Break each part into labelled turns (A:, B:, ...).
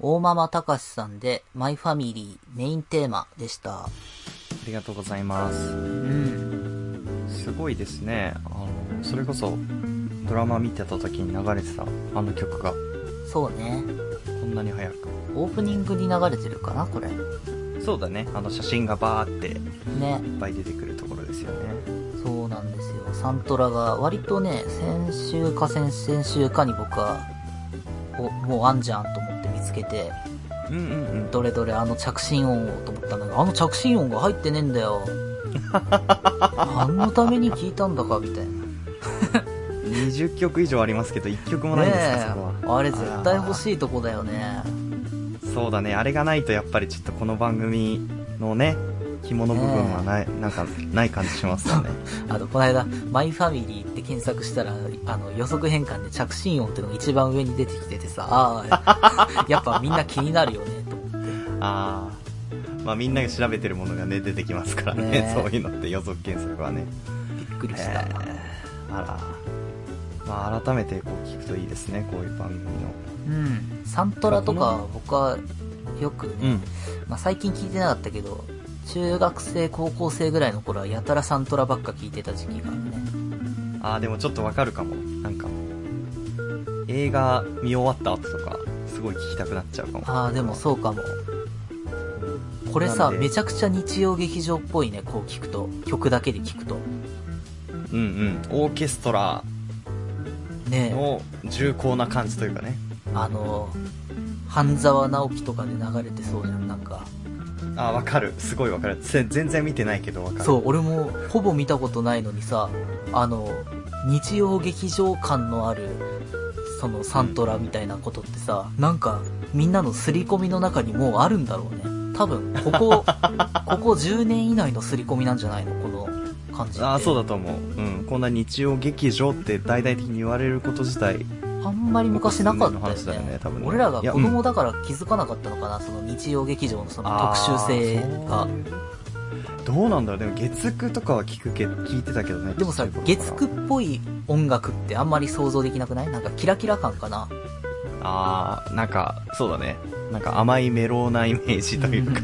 A: 大ママたかしさんで、マイファミリーメインテーマでした。
B: りがとうございま
A: う
B: す。
A: ん。
B: すごいですね。あの、それこそ、ドラマ見てた時に流れてたあの曲が、
A: そうね。
B: こんなに早く。
A: オープニングに流れてるかな、これ。
B: そうだね。あの、写真がバーってい
A: ね。
B: っぱい出てくるところですよね。
A: そうなんですよ。サントラが割とね、先週か先々週かに僕は、お、もうあんじゃんと思って見つけて、
B: うんうんうん。
A: どれどれあの着信音をと思ったんだけど、あの着信音が入ってねえんだ よ。何のために聞いたんだか、みたいな。
B: 20曲以上ありますけど、1曲もないんですか、
A: ねえ
B: そこは。
A: あれ絶対欲
B: い。
A: しいとこだよね。
B: そうだね。あれがないと、やっぱりちょっとこの番組のね、紐の部分はない、なんか、ない感じしま すよね。
A: あの、この間、マイファミリーって検索したら、あの、予測変換で着信音ってのが一番上に出てきててさ、あ あ、やっぱみんな気になるよね、と思って。
B: ああ。まあみんなが調べてるものがね、出てきますからね。
A: ねえ
B: そういうのって予測検索はね。
A: びっくりした。
B: あら。まあ改めてこう聞くといいですね、こういう番組の。
A: うん。サントラとか、僕は、よくね、
B: ん。
A: まあ、最近聞いてなかったけど、中学生、高校生ぐらいの頃はやたらサントラばっか聞いてた時期があるね。
B: ああ、でもちょっとわかるかも。なんか、映画見終わった後とか、すごい聞きたくなっちゃうかも。
A: ああ、でもそうかも。これさ、
B: なんで
A: めちゃくちゃ日曜劇場っぽいね、こう聞くと。曲だけで聞くと。
B: うんうん。オーケストラ
A: ねえ。
B: の重厚な感じというかね。
A: あの、半沢直樹とかで流れてそうじゃん、なんか。
B: ああ、わかる。すごいわかる。ぜ全然見てないけどわかる。
A: そう、俺もほぼ見たことないのにさ、あの、日曜劇場感のある、そのサントラみたいなことってさ、なんか、みんなの刷り込みの中にもうあるんだろうね。多分、ここ、ここ10年以内の刷り込みなんじゃないのこの感じって。
B: ああ、そうだと思う。うん。こんな日曜劇場って大々的に言われること自体、
A: あんまり昔なかっ
B: ここ
A: た
B: 数年の話だ
A: よ
B: よ
A: ね
B: ね多分ね
A: 俺らが
B: いや
A: 子供だから気づかなかったのかな、その日曜劇場のその特殊性が。
B: あーそうどうなんだろうでも月9とかは聞くけ聞いてたけどね
A: でもさ、
B: ちっちゃい頃から
A: 月9っぽい音楽ってあんまり想像できなくないなんかキラキラ感か な。
B: ああなんかそうだねなんか甘いメローなイメージというか、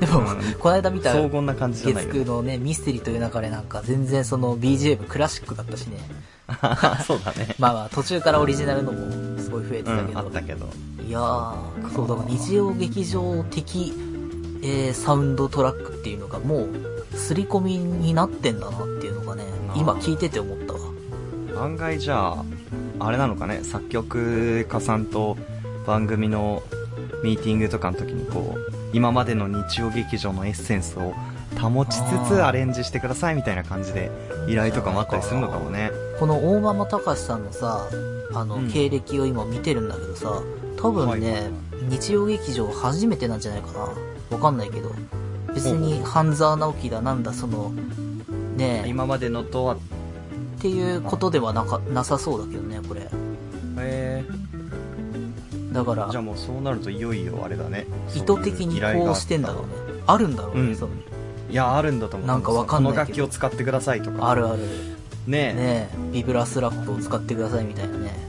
A: でも、
B: うん
A: この間見た
B: 荘
A: 月
B: 厳な感じじゃないよ
A: 9
B: ね
A: のね、ミステリーという流れなんか全然その BGM クラシックだったしね。
B: そうだね、
A: まあまあ途中からオリジナルのもすごい増えて
B: う
A: たけ
B: ん、あ
A: ど。
B: ったけど
A: いやー、そうだから日曜劇場的、えー、サウンドトラックっていうのがもう、刷り込みになってんだなっていうのがね、
B: なあ
A: 今聞いてて思ったわ。
B: 案外じゃああれなのかね作曲家さんと番組のミーティングとかの時にこう今までの日曜劇場のエッセンスを保ちつ
A: あ
B: つ
A: ー
B: アレンジしてくださいみたいな感じで依頼とかもあったりするのかもね
A: この大ママたかしさんのさ、あの、
B: うん
A: 経歴を今見てるんだけどさ、多分ね、
B: はい
A: 日曜劇場初めてなんじゃないかな。わかんないけど。別に、半沢直樹だなんだ、その、ね
B: 今までのとは
A: え、っていうことではなか、なさそうだけどね、これ。
B: え
A: だか
B: ー、じゃあ
A: ら、
B: もうそうなるといよいよあれだね
A: 意図的に
B: そういう依頼
A: こ
B: が
A: うしてんだろうね。あるんだろう
B: う
A: ね、
B: ん
A: その、
B: いやあるんだと思う
A: なんかわかんないけど
B: この楽器を使ってくださいと か
A: あるある。
B: ねえ
A: ねえ、ビブラスラップを使ってくださいみたいなね。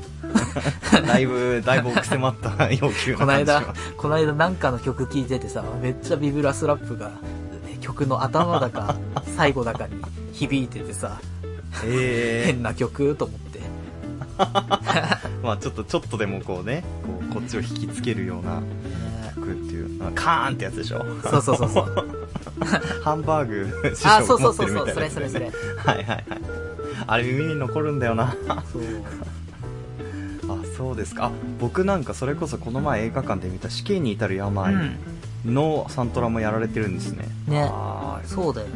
B: だいぶだいぶ奥迫った 要求
A: こ
B: な
A: の
B: 感じ
A: 間
B: が、
A: この間なんかの曲聴いててさ、めっちゃビブラスラップが、ね曲の頭だか、最後だかに響いててさ、
B: ええ
A: 変な曲と思って。
B: まあちょっとちょっとでもこうねこうこっちを引きつけるような
A: ね
B: 服っていうあカーンってやつでしょ
A: そうそうそうそう。
B: ハンバーグ師
A: あ、
B: 匠
A: そう
B: が
A: そ
B: 持
A: う
B: って
A: そう
B: る
A: そ
B: み
A: う、それ
B: たいなやつ
A: そ
B: だ
A: れ
B: よ
A: それ。
B: ねはいはいはいあれ耳に残るんだよなあ
A: そう。
B: そうですかあ僕なんかそれこそこの前映画館で見た「死刑に至る
A: う
B: 病」
A: ん。
B: のサントラもやられてるんですね
A: ね
B: あー
A: そうだよね。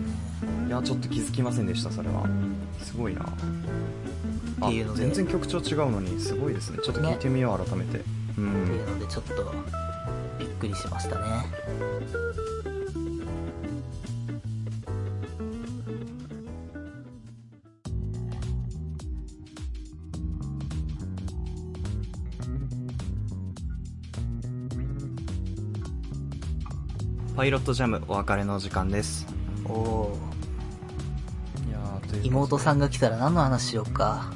B: いやちょっと気づきませんでしたそれはすごいなあ
A: っていうので
B: 全然曲調違うのにすごいですねちょっと聞いてみよう、改めてう
A: って
B: ん
A: いうのでちょっと、びっくりしましたね。
B: パイロットジャムお別れの時間です
A: おお
B: いやーということで
A: 妹さんが来たら何の話しようか。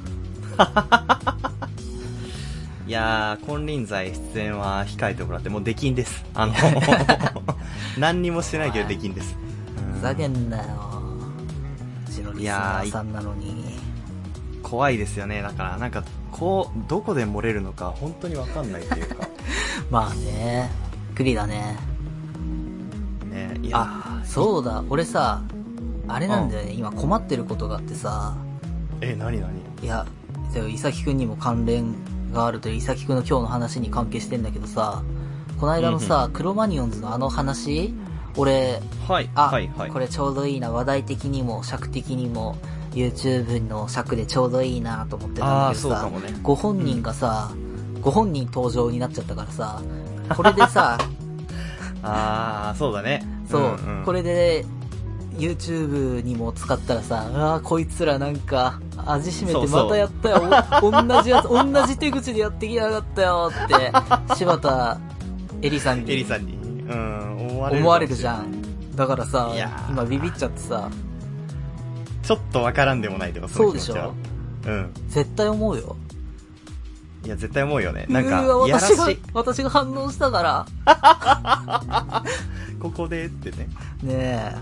B: いやー、金輪際出演は控えてもらって、もうできんです。あの、何にもしてないけどできんです。
A: ふざけんなよ。うちのリスナーさんなのに。
B: 怖いですよね。だから、なんか、こう、どこで漏れるのか、本当にわかんないっていうか。
A: まあね、クリだね。
B: ね、いや
A: あ、そうだ、俺さ、あれなんだよね、今困ってることがあってさ、
B: え、なになに
A: いや、でも、いさきくんにも関連があるという、いさきくんの今日の話に関係してんだけどさ、この間のさ、クロマニオンズのあの話、俺、
B: はい、
A: あ、
B: はい、はい。
A: これちょうどいいな、話題的にも尺的にも、YouTube の尺でちょうどいいなと思ってた
B: あ
A: ん
B: あ、
A: だけ
B: そ
A: ど
B: う
A: さ
B: か、もね。
A: ご本人がさ、ご本人登場になっちゃったからさ、これで さ、
B: ああ、そうだね。
A: そう、
B: んん
A: これで、YouTube にも使ったらさ、ああ、こいつらなんか、味しめ
B: そ
A: て
B: うそう
A: またやった よ。お同じやつ、同じ手口でやってきやがったよって、柴田エリさん
B: エリ
A: に
B: さんに、うん、思われる。
A: 思われるじゃ。ん。だからさ
B: いや、ー
A: 今ビビっちゃってさ、
B: ちょっとわからんでもないけど、の気持ちは
A: そう
B: うん。
A: 絶対思うよ。
B: いや、絶対思うよね。なんか
A: うー、わ
B: いやら
A: 私が
B: しい。、
A: 私が反応したから。
B: ここでってね。
A: ね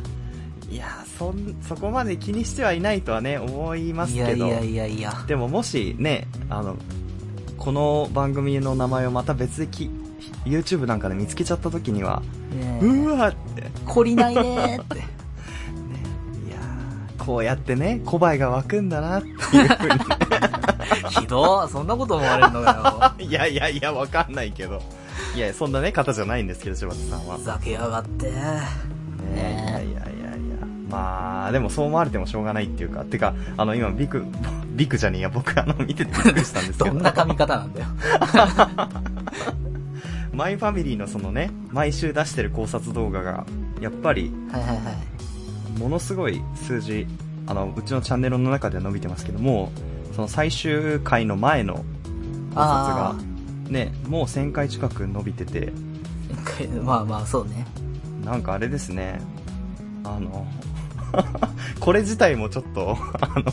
B: いや、そん、そこまで気にしてはいないとはね、思いま
A: え。
B: す
A: い
B: け
A: や
B: ど。
A: いやいやいや。
B: でももしね、あの、この番組の名前をまた別でき、YouTube なんかで見つけちゃった時には、
A: ね
B: う
A: え。
B: わーって。ね
A: 懲りないねーって。
B: いやーこうやってね、小バが湧くんだなっていうふうに
A: ひどい。そんなこと思われるのか
B: いやいやいや、わかんないけど。いや、そんなね、方じゃないんですけど、柴田さん
A: よ。
B: は。
A: ふ
B: ね
A: ざけやがって。
B: いやいやいやいや。まあ、でもそう思われてもしょうがないっていうか、てか、あの、今、ビク、 ビクじゃねえや、僕、あの、見ててびっくりしたんです け
A: ど
B: ど、
A: んな髪型なんだよ。
B: マイファミリーのそのね、毎週出してる考察動画が、やっぱり、
A: はいはいはい。
B: ものすごい数字、あの、うちのチャンネルの中では伸びてますけども、その最終回の前の考察が
A: あ、
B: ね、もう1000回近く伸びてて、
A: あ、まあまあそうね。
B: なんかあれですね。あの、 これ自体もちょっと、あの、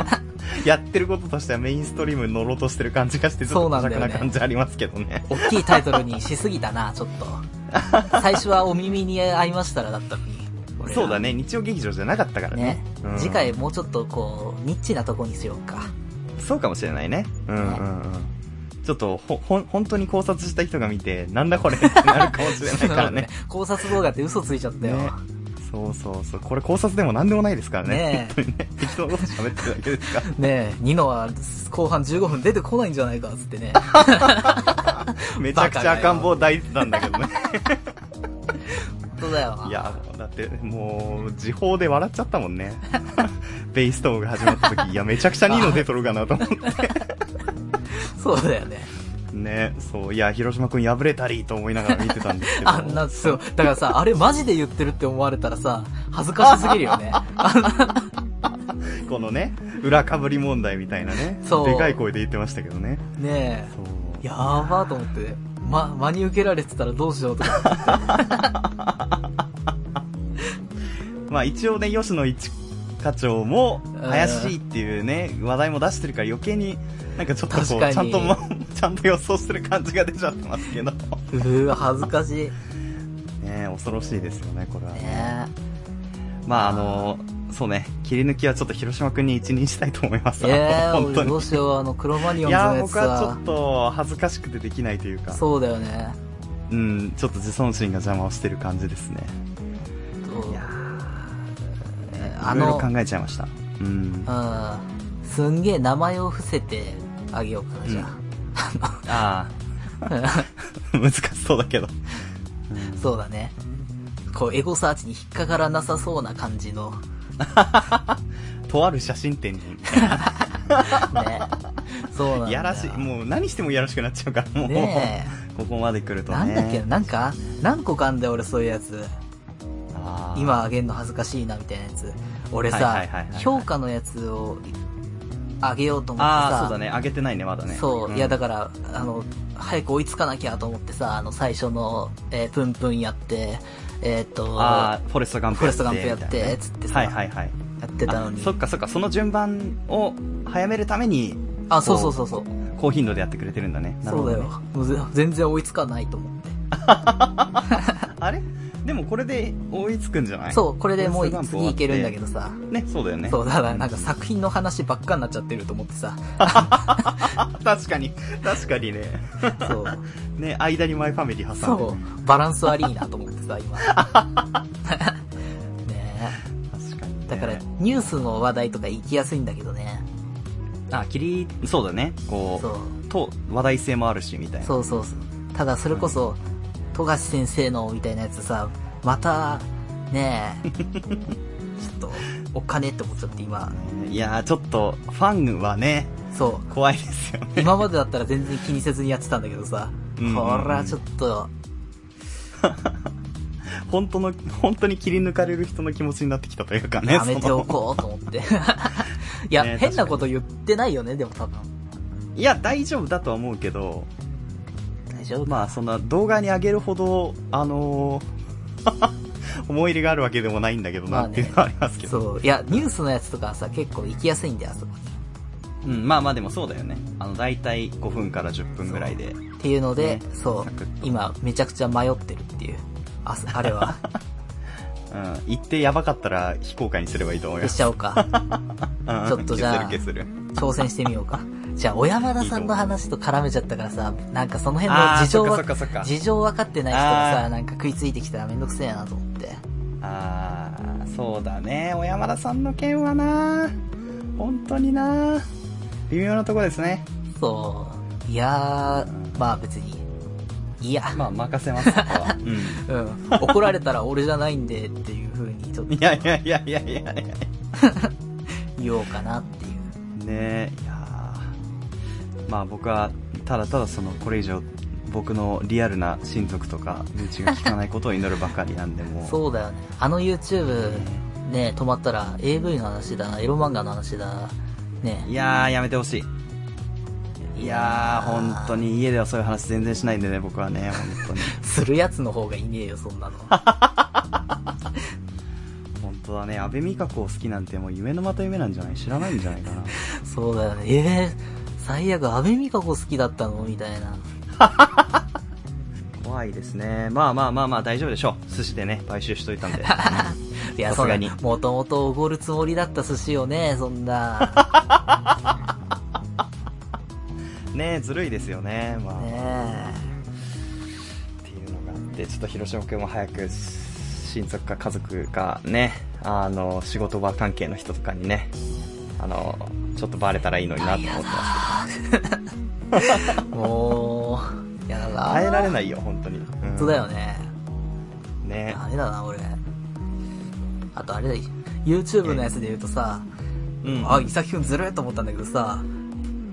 B: やってることとしてはメインストリームに乗ろうとしてる感じがして、ちょ
A: そ
B: っ
A: う
B: と
A: な
B: 邪
A: んだよ
B: 悪
A: ね
B: な感じありますけどね。
A: 大きいタイトルにしすぎたな、ちょっと。最初はお耳に合いましたらだったのに。俺ら
B: そうだ。ね、日曜劇場じゃなかったからね。
A: ね。
B: うん
A: 次回もうちょっとこう、ニッチなとこにしようか。
B: そうかもしれないね。うんうんうん。ちょっと、ほ、ほん、本当に考察した人が見て、なんだこれってなるかもしれないか らね。
A: 考察動画って嘘ついちゃったよ。
B: ねそうそうそう。これ考察でもなんでもないですからね。
A: ね
B: 本当にね。 適当なこと喋ってるだけですから。
A: ねえ、ニノは後半15分出てこないんじゃないか、つってね。
B: めちゃくちゃ赤ん坊抱いてたんだけどね。
A: 本当だよな。
B: いや、だって、もう、時報で笑っちゃったもんね。 ベイストームが始まった時、いや、めちゃくちゃニーノ出とるかなと思って。
A: そうだよね。
B: ね、そう、いや、広島くん敗れたりと思いながら見てたんですけど。
A: あんな、そう。だからさ、あれマジで言ってるって思われたらさ、恥ずかしすぎるよね。
B: このね、裏かぶり問題みたいなね。
A: そう
B: でかい声で言ってましたけどね。
A: ね
B: そう。
A: え、やーばーと思って、ま、真に受けられてたらどうしよう とか。
B: まあ一応ね、吉野一課長も、
A: ん
B: 怪しいっていうね、話題も出してるから余計に、なんかちょっとこう、
A: 確
B: ち
A: か
B: ゃ
A: に
B: んとも、ちゃんと予想してる感じが出ちゃってますけど。
A: うーわ、恥ずかしい。
B: ね恐ろしいですよね、これはね。
A: ね
B: まああの、そうね、切り抜きはちょっと広島くんに一任したいと思います。
A: え。ええ、
B: あの
A: 俺どうしよう、あの、クロマニオ
B: い
A: ンズ
B: や
A: のやつ
B: 僕はちょ
A: さ
B: っ。と恥ずかしくてできないというか、
A: そうだよね。
B: うん、ちょっと自尊心が邪魔をしてる感じですね。
A: そう
B: いや
A: えーあ
B: いろ
A: の、
B: いろ考えちゃいました。うん。
A: うん。すんげえ名前を伏せてあげようかな、じゃ
B: あ
A: あ。
B: あ、 難しそうだけど。
A: そうだね。こう、エゴサーチに引っかからなさそうな感じの、
B: とある写真展に、
A: ね。そうなんだよ。
B: いやらしい、もう何してもいやらしくなっちゃうから、もう、
A: ね
B: ここまで来る
A: え。
B: とね。
A: なんだっけな、なんか、何個かあんだよ、俺そういうやつ。
B: あー
A: 今あげんの恥ずかしいな、みたいなやつ。俺
B: は
A: さ
B: いはいはいはいはい、
A: 評価のやつをあげようと思って
B: あ
A: さ
B: あ、、そうだね、上げてないね、まだね。
A: そう、いやだか
B: か
A: ら、あの、早く追いつかなきゃと思ってさ、あの、最初の、えープンプンやって、えーっ、と、
B: ああ、フォレストガン
A: フォレ
B: プやって。
A: ストガンプやって
B: みたいなね
A: つってさ
B: はいはいはい。
A: やってたのに。
B: あそっかそっか、その順番を早めるために、
A: あ、そうそうそうそう。
B: こう高頻度でやってくれてるんだね。なる
A: そ
B: ほ
A: う
B: ど
A: だ
B: ね
A: よ。。もうぜ全然追いつかないと思って。
B: あれでもこれで追いつくんじゃない
A: そう、これでもう
B: フォレストガンプ終
A: 次
B: わっ
A: い
B: て
A: けるんだけどさ。
B: ね、そうだよね。
A: そう、だからなんか作品の話ばっかになっちゃってると思ってさ。
B: 確かに。確 かにね。
A: そう。
B: ね、間にマイファミリー挟んで。
A: そう、バランス悪いなと思ってさ、 今。ね
B: 確かにね、
A: え。だから、ニュースの話題とか行きやすいんだけどね。
B: あ、切り、そうだね。こ
A: そう
B: う、。と、話題性もあるし、みたいな。
A: そうそうそう。ただ、それこそ、富樫先生のみたいなやつさ、また、ね え、ちょっと、お金って思っちゃって今。
B: いやー、ちょっと、ファンはね、
A: そ
B: 怖いですよ ね。
A: う。今までだったら全然気にせずにやってたんだけどさ、
B: うんうん
A: こらちょっと、
B: 本当の、本当に切り抜かれる人の気持ちになってきたというかね。
A: やめてお
B: その
A: こうと思って。 い や、
B: ねえ
A: 変なこと言ってないよね、でも多分。
B: いや、大丈夫だとは思うけど、
A: 大丈夫
B: まあ、そんな動画に上げるほど、あのー 思い入れがあるわけでもないんだけど
A: ま
B: な
A: あ
B: っ
A: ね
B: ていうのはありますけど。
A: そう。いや、ニュースのやつとかはさ、結構行きやすいんだよ、あそこに。
B: うん、まあまあでもそうだよね。あの、だいたい5分から10分ぐらいで。
A: っていうので、
B: ね
A: そう
B: サクッ。と
A: 今、めちゃくちゃ迷ってるっていう。あ、あれ は。
B: うん、行ってやばかったら非公開にすればいいと思い
A: 消
B: ま
A: し
B: す。
A: ちゃおうか。
B: うん
A: ちょっとじゃあ
B: 消せる消せる。
A: 挑戦してみようか。じゃあ、小山田さんの話と絡めちゃったからさ、なんかその辺
B: あ
A: の
B: ー
A: 事情
B: そっか
A: は
B: そっかそっか
A: 事情分かってない人が
B: あ
A: さ、なんか食いついてきたらめんどくせえなと思って。
B: あー、そうだね。小山田さんの件はな、本当にな、微妙なとこですね。
A: そう。いやー、まあ別に。いや。
B: まあ、任せます、そこ は。うん。
A: うん。怒られたら俺じゃないんでっていう風にちょっと
B: いやいやいやいやいやいやね
A: 言おうかなっていう。
B: え、いやーまあ僕は、ただただその、これ以上、僕のリアルな親族とか、身内が聞かないことを祈るばかりなんで、もう。
A: そうだよね。あの YouTube ね、止まったら AV の話だ、エロ漫画の話だ、ね。
B: いやー、やめてほしい。いやー、本当に家ではそういう話全然しないんでね、僕はね、本当に。
A: するやつの方がいねえよ、そんなの。
B: 本当だね、安倍美香子を好きなんてもう夢のまた夢なんじゃない知らないんじゃないかな。
A: そうだよね。えー、最悪、安倍美香子好きだったのみたいな。
B: 怖いですね。まあまあまあまあ大丈夫でしょう。寿司でね、買収しといた んで。
A: いや、
B: さ
A: そ
B: す
A: ん
B: が
A: な
B: に、
A: もともとおごるつもりだった寿司をね、そん な。
B: ねずるいですよね。まあ、
A: ね
B: っていうのがあって、ちょっと広島君も早く、親族か家族かね、あの、仕事場関係の人とかにね、あの、ちょっとバレたらいいのになと思ってま
A: え。
B: す
A: もう、いやだ
B: けど。
A: な。
B: 会えられないよ、本当に。
A: 本当だよね。
B: うん。ね
A: ダメだな、俺。あとあれだ、YouTube のやつで言うとさ、
B: うん。
A: あ、伊崎くんずるいと思ったんだけどさ、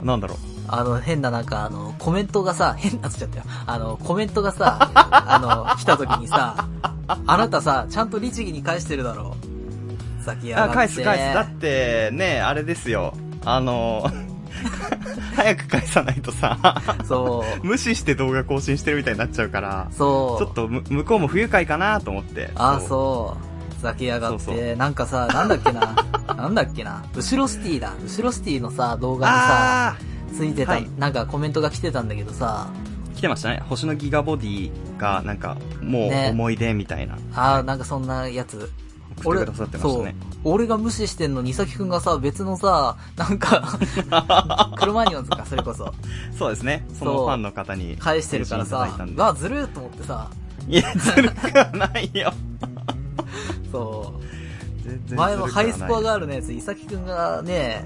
B: なんだろう。
A: あの、変ななんか、あの、コメントがさ、 変なつっちゃったよ。あの、コメントが さ、あの、来た時にさ、あなたさ、ちゃんと律儀に返してるだろう。先やがっ
B: あ、
A: て。
B: 返す返す。だって、ね、あれですよ。あの、 早く返さ ないとさ、
A: そ
B: 無視して動画更新してるみたいになっちゃうから
A: う。、そう。
B: ちょっとむ向こうも不愉快かなと思って。
A: あ、
B: う。
A: そう。ふざけやがって。
B: そうそ
A: なんかさ、なんだっけ な。なんだっけな。後ろシティだ。後ろシティのさ、動画にさ、
B: あ
A: ついてた、
B: はい
A: なんかコメントが来てたんだけどさ、
B: ー来てましたね。星のギガボディが、なんか、もう
A: ね
B: 思い出みたいな。
A: あー、なんかそんなやつ。
B: 送ってくださってましたね
A: そう。俺が無視してんのに、さきくんがさ、別のさ、なん か、クロマニオンズか、それこそ。
B: そうですね。その
A: そう
B: ファンの方に。
A: 返してるから
B: 返信いただいた
A: さ
B: ん、で
A: わ、ずるーと思ってさ、
B: いや、ずるくはない よ。
A: そう。
B: 全然
A: 前のハイスコア
B: が。
A: ガールのやつ、いさきくんがね、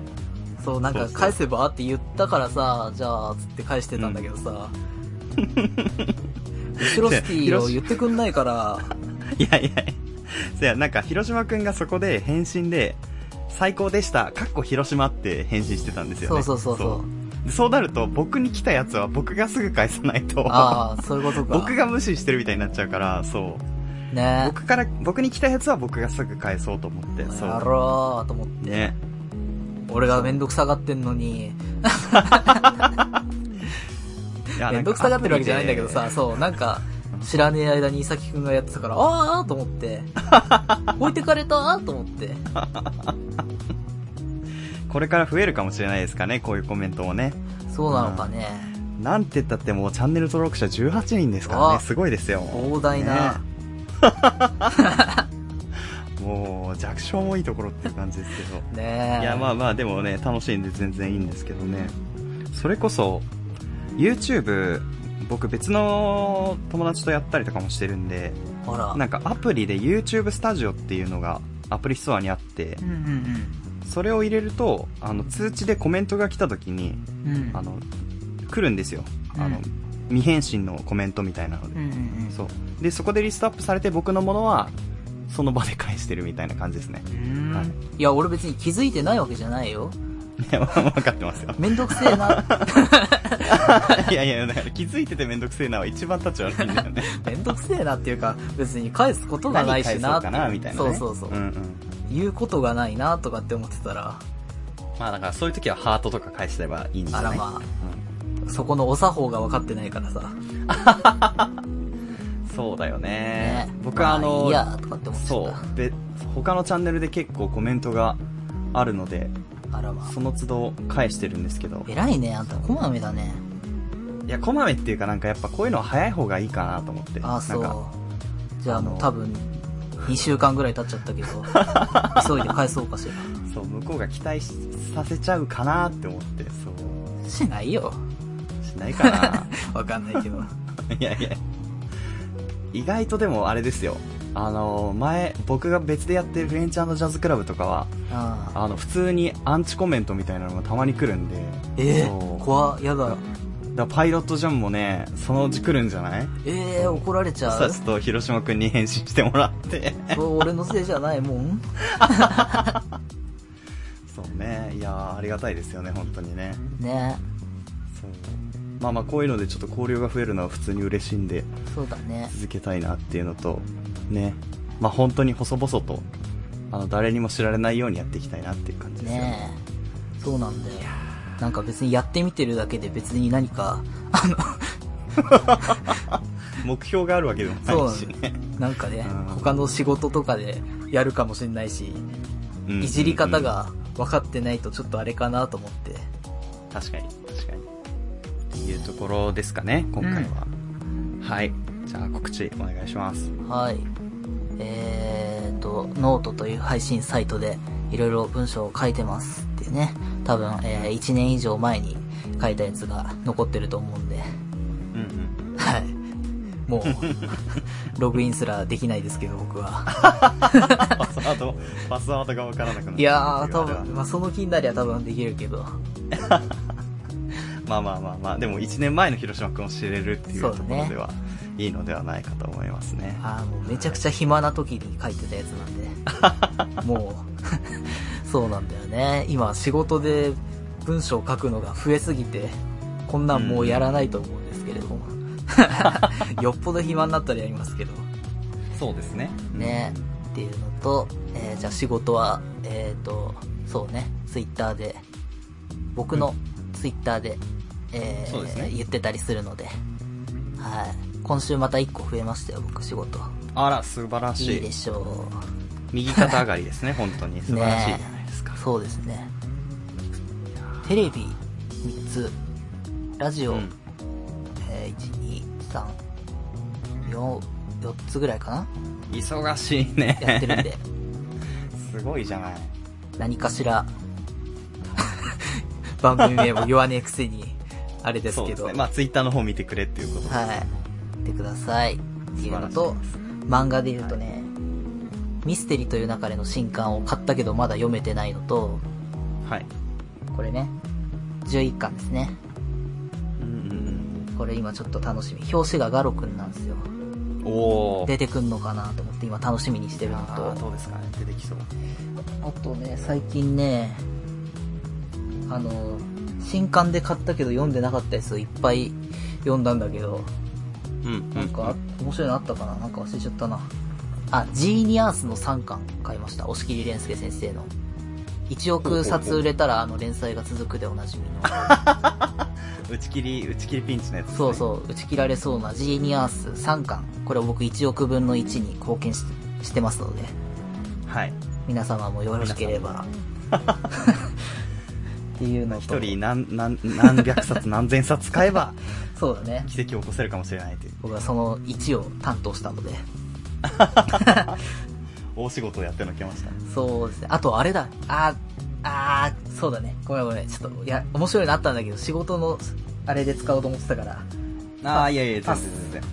A: そう、なんか返せばって言ったからさ、じゃあ、つって返してたんだけどさ、後ろシティを言ってくんないから、
B: いやいやいや。そや、なんか、広島くんがそこで返信で、最高でした、かっこ広島って返信してたんですよ
A: そう
B: ね。
A: そうそうそう。
B: そう。そうなると、僕に来たやつは僕がすぐ返さないと、
A: ああ、そういうことか。
B: 僕が無視してるみたいになっちゃうから、そう。
A: ね。
B: 僕から、僕に来たやつは僕がすぐ返そうと思って、そ
A: や
B: う。
A: ろうと思って。
B: ね。
A: 俺がめんどくさがってんのに、
B: いや
A: めんどくさがってるわけじゃないんだけど。さ、そう、なんか、知らねえ間に伊崎くんがやってたから、ああと思 って、置いてかれたと思って。
B: これから増えるかもしれないですかね、こういうコメントもね。
A: そうなのかね。
B: なんて言ったってもうチャンネル登録者18人ですから
A: あ
B: ね、すごいですよ。
A: 膨大な。
B: もう弱小もいいところっていう感じですけど。
A: ね
B: いやまあまあでもね楽しいんで全然いいんですけどねそれこそ YouTube 僕別の友達とやったりとかもしてるんで
A: ほら。
B: なんかアプリで YouTube スタジオっていうのがアプリストアにあって
A: うんうん
B: それを入れるとあの通知でコメントが来た時に
A: うん。うん。
B: あの来るんですよあの
A: うん
B: 未返信のコメントみたいなの
A: う
B: で
A: んうんうん。
B: そうでそこでリストアップされて僕のものはその場で返してるみたいな感じですね
A: うー
B: はい
A: ん。いや、俺別に気づいてないわけじゃないよ。
B: 分かってますよ
A: めんどくせえな。
B: いやいや、だから気づいててめんどくせえなは一番立ち悪いんだよ ね。
A: めんどくせえなっていうか、別に返すことがないしな
B: 何返そうかなみたいな、
A: そ
B: ね。
A: うそうそう。
B: んうん。
A: 言うことがないなとかって思ってたら、
B: まあだからそういう時はハートとか返すればいいんじゃ
A: あ
B: ない
A: らまあ、そこのお作法が分かってないからさ。
B: うんそうだよね
A: ね。
B: 僕はあ
A: ま
B: の、
A: いいやとかって思って
B: そ
A: た。
B: う。で、他のチャンネルで結構コメントがあるので、
A: あらまあ。
B: その都度返してるんですけど。
A: 偉いね、あんた。こまめだね。
B: いや、こまめっていうかなんかやっぱこういうのは早い方がいいかなと思って。
A: ああ、そ
B: なんか
A: う。じゃあも
B: あ
A: う
B: の
A: 多分、2週間ぐらい経っちゃったけ ど、急いで返そうかし
B: そう、向こうが期待しさせちゃうかなって思って、そう。
A: ら。しないよ。
B: しないか な。
A: わかんないけど。
B: いやいや。意外とでもあれですよ。あの、前、僕が別でやってるフレンチジャズクラブとかは、
A: ああ
B: あの、普通にアンチコメントみたいなのがたまに来るんで。
A: ええ
B: そう
A: 怖っやだ。
B: だからパイロットジャンもね、そのうち来るんじゃない
A: ええ怒られち
B: そ
A: ゃ
B: した
A: う
B: らち。ょっと広島くんに返信してもらって。
A: そう俺のせいじゃないもん。
B: そうね。いやーありがたいですよね、本当にね。
A: ね
B: そう。まあまあ、こういうのでちょっと交流が増えるのは普通に嬉しいんで、
A: そうだね。
B: 続けたいなっていうのと、ね。まあ本当に細々と、あの、誰にも知られないようにやっていきたいなっていう感じですよね
A: ねえ。そうなんだよ。なんか別にやってみてるだけで別に何か、あの、
B: 目標があるわけでもな
A: そう
B: い
A: なん
B: し
A: だ
B: ね
A: よ。なんかね
B: うん、
A: 他の仕事とかでやるかもしれないし、
B: うん
A: いじり方が分かってないとちょっとあれかなと思って。
B: 確かに確かにっていうところですかね今回は、はいじゃあ告知お願いします
A: はい。えーと、ノートという配信サイトでいろいろ文章を書いてますっていうね。多分、え1年以上前に書いたやつが残ってると思うんで。
B: う んうん
A: はい。もう、 ログインすらできないですけど、僕は。
B: パスワードパスワードがわからなくなっ
A: いやー、多
B: あれ
A: 分、
B: は
A: まあ、その気になりゃ多分できるけど。
B: まあまあまあまあでも1年前の広島君を知れるっていう
A: そ
B: と
A: うだね
B: ころでは、いいのではないかと思いますね
A: あーもうめちゃくちゃ暇な時に書いてたやつ なんで。もう、 そうなんだよね。今、仕事で文章を書くのが増えすぎて、こんなんもうやらないと思うんですけれ ども。よっぽど暇になったらやりますけど。
B: そうですね
A: ね、っていうのと、えーじゃあ仕事は、えっ、と、そうね、ツイッターで、僕のツイッターで、えー
B: そうですね
A: 言ってたりするので、はい。今週また1個増えましたよ、僕仕事。
B: あら素晴らし
A: い
B: い
A: いでしょ
B: 右肩上がりです ね本当に素晴らしいじゃないですか、
A: う。そうですね。テレビ3つ、ラジオ、
B: うん
A: えー1、2、3、4、4つぐらいかな
B: 忙しいね
A: やってるんで。
B: すごいじゃない
A: 何かしら、 番組名も言わねえくせに、あれです
B: そう
A: け
B: です
A: ど、
B: ねまあツイッターの方見てくれっていうことです
A: はい。見てください。っていうのと
B: 素晴らし、
A: 漫画で言うとね、ミステリという中での新刊を買ったけどまだ読めてないのと、
B: はい
A: これね、11巻ですね。
B: うん
A: これ今ちょっと楽しみ。表紙がガロ君なんですよ。
B: うんうんおお
A: 出てくんのかなと思って今楽しみにしてるの
B: あー
A: と、
B: どうですかね出てきそう
A: あとね、最近ね、あの、新刊で買ったけど読んでなかったやつをいっぱい読んだんだけど、
B: うん
A: なんか、面白いのあったかななんか忘れちゃったな。あ、ジーニアースの3巻買いました。押切蓮介先生の。1億冊売れたらあの連載が続くでおなじみの。
B: 打ち切り打ち切りピンチのやつ、ね、
A: そうそう、打ち切られそうなジーニアース3巻。これを僕1億分の1に貢献ししてますので、
B: はい
A: 皆様もよろしければ。 っていうのと
B: 一人何何何百冊何千冊買えば
A: そうだね
B: 奇跡を起こせるかもしれないという
A: 僕はその1を担当したので
B: 大仕事をやってのけました
A: そうですねあとあれだああーそうだねごめんごめんちょっといや面白いのあったんだけど仕事のあれで使おうと思ってたから
B: ああいやいや
A: パ
B: 全
A: ス
B: 然全然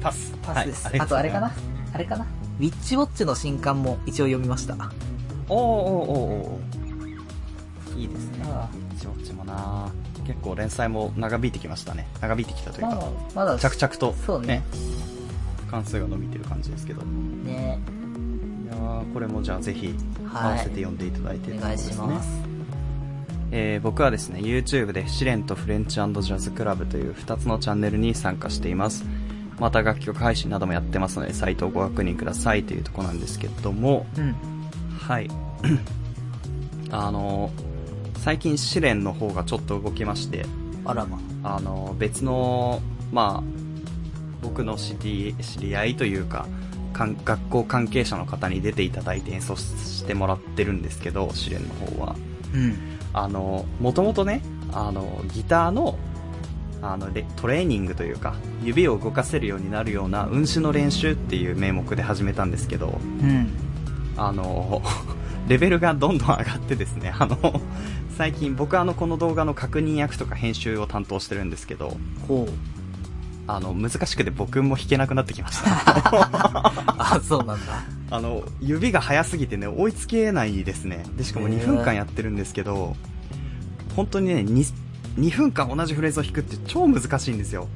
B: パス
A: パスです、
B: はい
A: あとあれか
B: り
A: な
B: が
A: あれかなウィッチウォッチの新刊も一応読みました
B: とうございますおーおーおーおーおーいいですね
A: あ
B: 一応うちもな結構連載も長引いてきましたね長引いてきたという
A: ま
B: か
A: だまだ
B: 着々と
A: そうね
B: 関数が伸びてる感じですけどい
A: ね
B: やーこれもじゃあぜひ合
A: は
B: わせて
A: い
B: 読んでいただいて、
A: お願いします、
B: えー僕はですね YouTube で試練とフレンチジャズクラブという2つのチャンネルに参加していますまた楽曲配信などもやってますのでサイトをご確認くださいというとこなんですけども
A: うん
B: はい あの最近試練の方がちょっと動きまして
A: あらま
B: あの別のまあ僕の知り知り合いというかかん学校関係者の方に出ていただいて演奏してもらってるんですけど試練の方は
A: うん
B: あのもともとねあのギターのあのレトレーニングというか指を動かせるようになるような運指の練習っていう名目で始めたんですけど
A: うん
B: あの レベルがどんどん上がってですね あの最近僕あのこの動画の確認役とか編集を担当してるんですけど
A: ほう
B: あの、難しくて僕も弾けなくなってき ました。
A: あそうなんだ
B: あの、指が速すぎてね、追いつけないですね。で、しかも
A: へー
B: 2分間やってるんですけど、本当にね、2, 2分間同じフレーズを弾くって超難しいんですよ。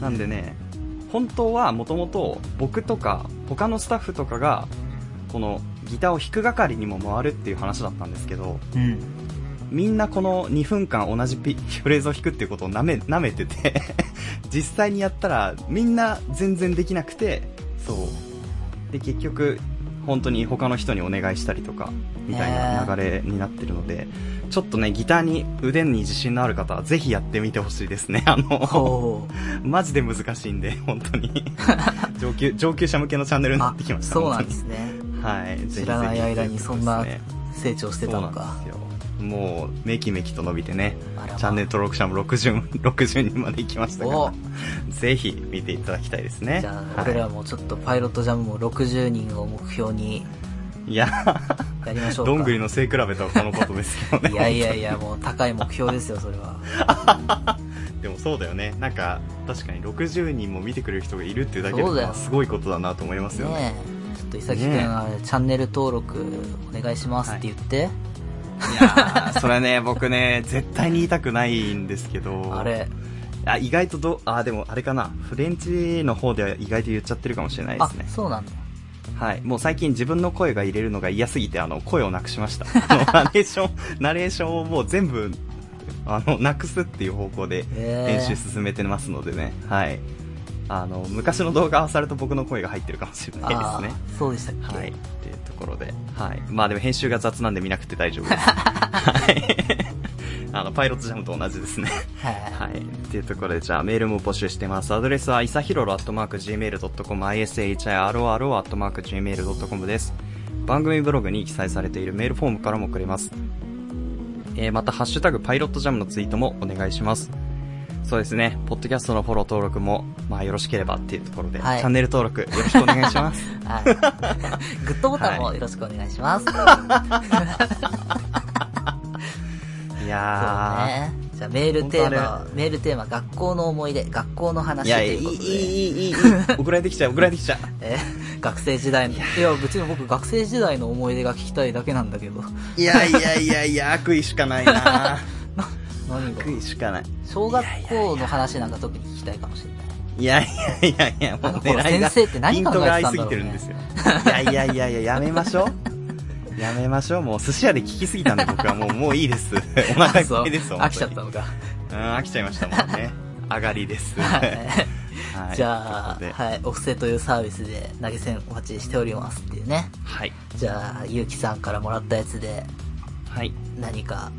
B: なんでね、本当はもともと僕とか他のスタッフとかが、このギターを弾く係にも回るっていう話だったんですけど、
A: うん
B: みんなこの2分間同じピフレーズを弾くっていうことをなめ、 舐めてて、実際にやったらみんな全然できなくて、そう。で、結局、本当に他の人にお願いしたりとか、みたいな流れになってるので、ちょっとね、ギターに腕に自信のある方はぜひやってみてほしいですね。あの、
A: ほう
B: マジで難しいんで、本当 に。上級、上級者向けのチャンネルにな
A: あ
B: ってきました。
A: そうなん
B: 本
A: ですね
B: 当にはい。ぜひぜひ
A: 知らない間にそんな
B: ということですね
A: 成長してたのか
B: そうなんですよもうめきめきと伸びてね
A: あらま
B: チャンネル登録者も60 60人まで行きました
A: お
B: がぜひ見ていただきたいですね
A: じゃあ、
B: はい
A: 俺らもちょっとパイロットジャムも60人を目標に
B: いや
A: やりましょうか。
B: どんぐりの背比べとはこのことですけど
A: い
B: ね
A: やいやいや、もう高い目標ですよ、それは。
B: でもそうだよねなんか確かに60人も見てくれる人がいるっていうだけで
A: そうだよ
B: まあすごいことだなと思いますよね
A: ねえ。ちょっと、いさきく
B: ねえ
A: ん、あれチャンネル登録お願いしますって言って、
B: いやーそれはね僕ね絶対に言いたくないんですけど
A: あれ、
B: あ意外とどあでもあれかなフレンチの方では意外と言っちゃってるかもしれないで
A: あ
B: すね、
A: そうなんだ。
B: はい。もう最近自分の声が入れるのが嫌すぎて、あの、声をなくしました。 あの、ナレーション、ナレーションをもう全部、あの、なくすっていう方向で
A: へー
B: 練習進めてますのでね。はい。あの、昔の動画はされると僕の声が入ってるかもしれない
A: ああ
B: ですね。
A: ー、そうでしたっけ、
B: はい。っていうところで。はい。まあでも編集が雑なんで見なくて大 丈夫です。はい。 あの、パイロットジャムと同じですね。
A: はい。
B: はい。っていうところで、じゃあメールも募集してます。アドレスは、いさひろろ .gmail.com、ishiroro.gmail.com です。番組ブログに記載されているメールフォームからも送れます。えー、また、ハッシュタグパイロットジャムのツイートもお願いします。そうですね。ポッドキャストのフォロー登録も、まあ、よろしければっていうところで、
A: はい
B: チャンネル登録よろしくお願いし ます。
A: はい。グッドボタンもよろしくお願いします。
B: い
A: そう
B: や
A: ね。じゃあ、メールテー
B: 本当あ
A: マ、メールテーマ、学校の思い出、学校の
B: ー。
A: 話
B: いや、
A: と
B: い
A: いう
B: い、い
A: こ
B: い、
A: とで。
B: いい、 いい、いい。送られてきちゃう、送られてきちゃう。
A: え学生時代の。いや、別に僕学生時代の思い出が聞きたいだけなんだけど。
B: いやいやいやいや、悪意しかないな
A: 何が
B: 悪意しかない。
A: 小学校の話なんか特に聞きたいかもしれない。
B: いやいやいやいや、も
A: あ
B: う
A: の頃先生って何考えてたんだろうね
B: ピントが合いすぎてるんですよ。いやいやいやいや、やめましょう。やめましょう。もう寿司屋で聞きすぎたんで僕はもう、もうい いです。お腹いっぱいです。
A: あそう
B: 本当に
A: 飽きちゃったのか。
B: うん、飽きちゃいましたもんね。上がりです。はい
A: じゃあ
B: という、ことで
A: はい、オフセというサービスで投げ銭お待ちしておりますっていうね。
B: はい。
A: じゃあ、ゆうきさんからもらったやつで
B: はい。
A: 何か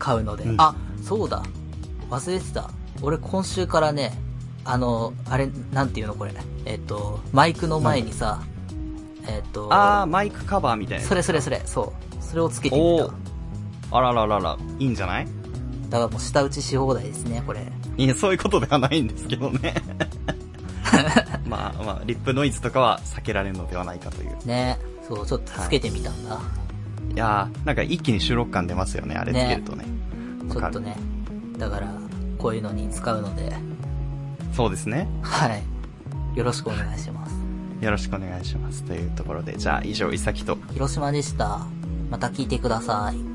A: 買うので。
B: うん
A: あ、そうだ。忘れてた。俺今週からね、あの、あれ、なんていうのこれ。えっと、マイクの前にさ、えっと、
B: あー、マイクカバーみたいな。
A: それそれそれ、そう。それをつけてみた
B: お。あらららら、いいんじゃない
A: だからもう下打ちし放題ですね、これ。
B: いや、そういうことではないんですけど ね。まあまあ、リップノイズとかは避けられるのではないかという。
A: ね。そう、ちょっとつけてみたんだ。
B: いやー、なんか一気に収録感出ますよね、あれつけるとね。
A: ちょっとね。だから、こういうのに使うので、
B: そうですね。
A: はい。よろしくお願いします。
B: よろしくお願いします。というところで、じゃあ以上、いさきと
A: 広島でした。また聞いてください。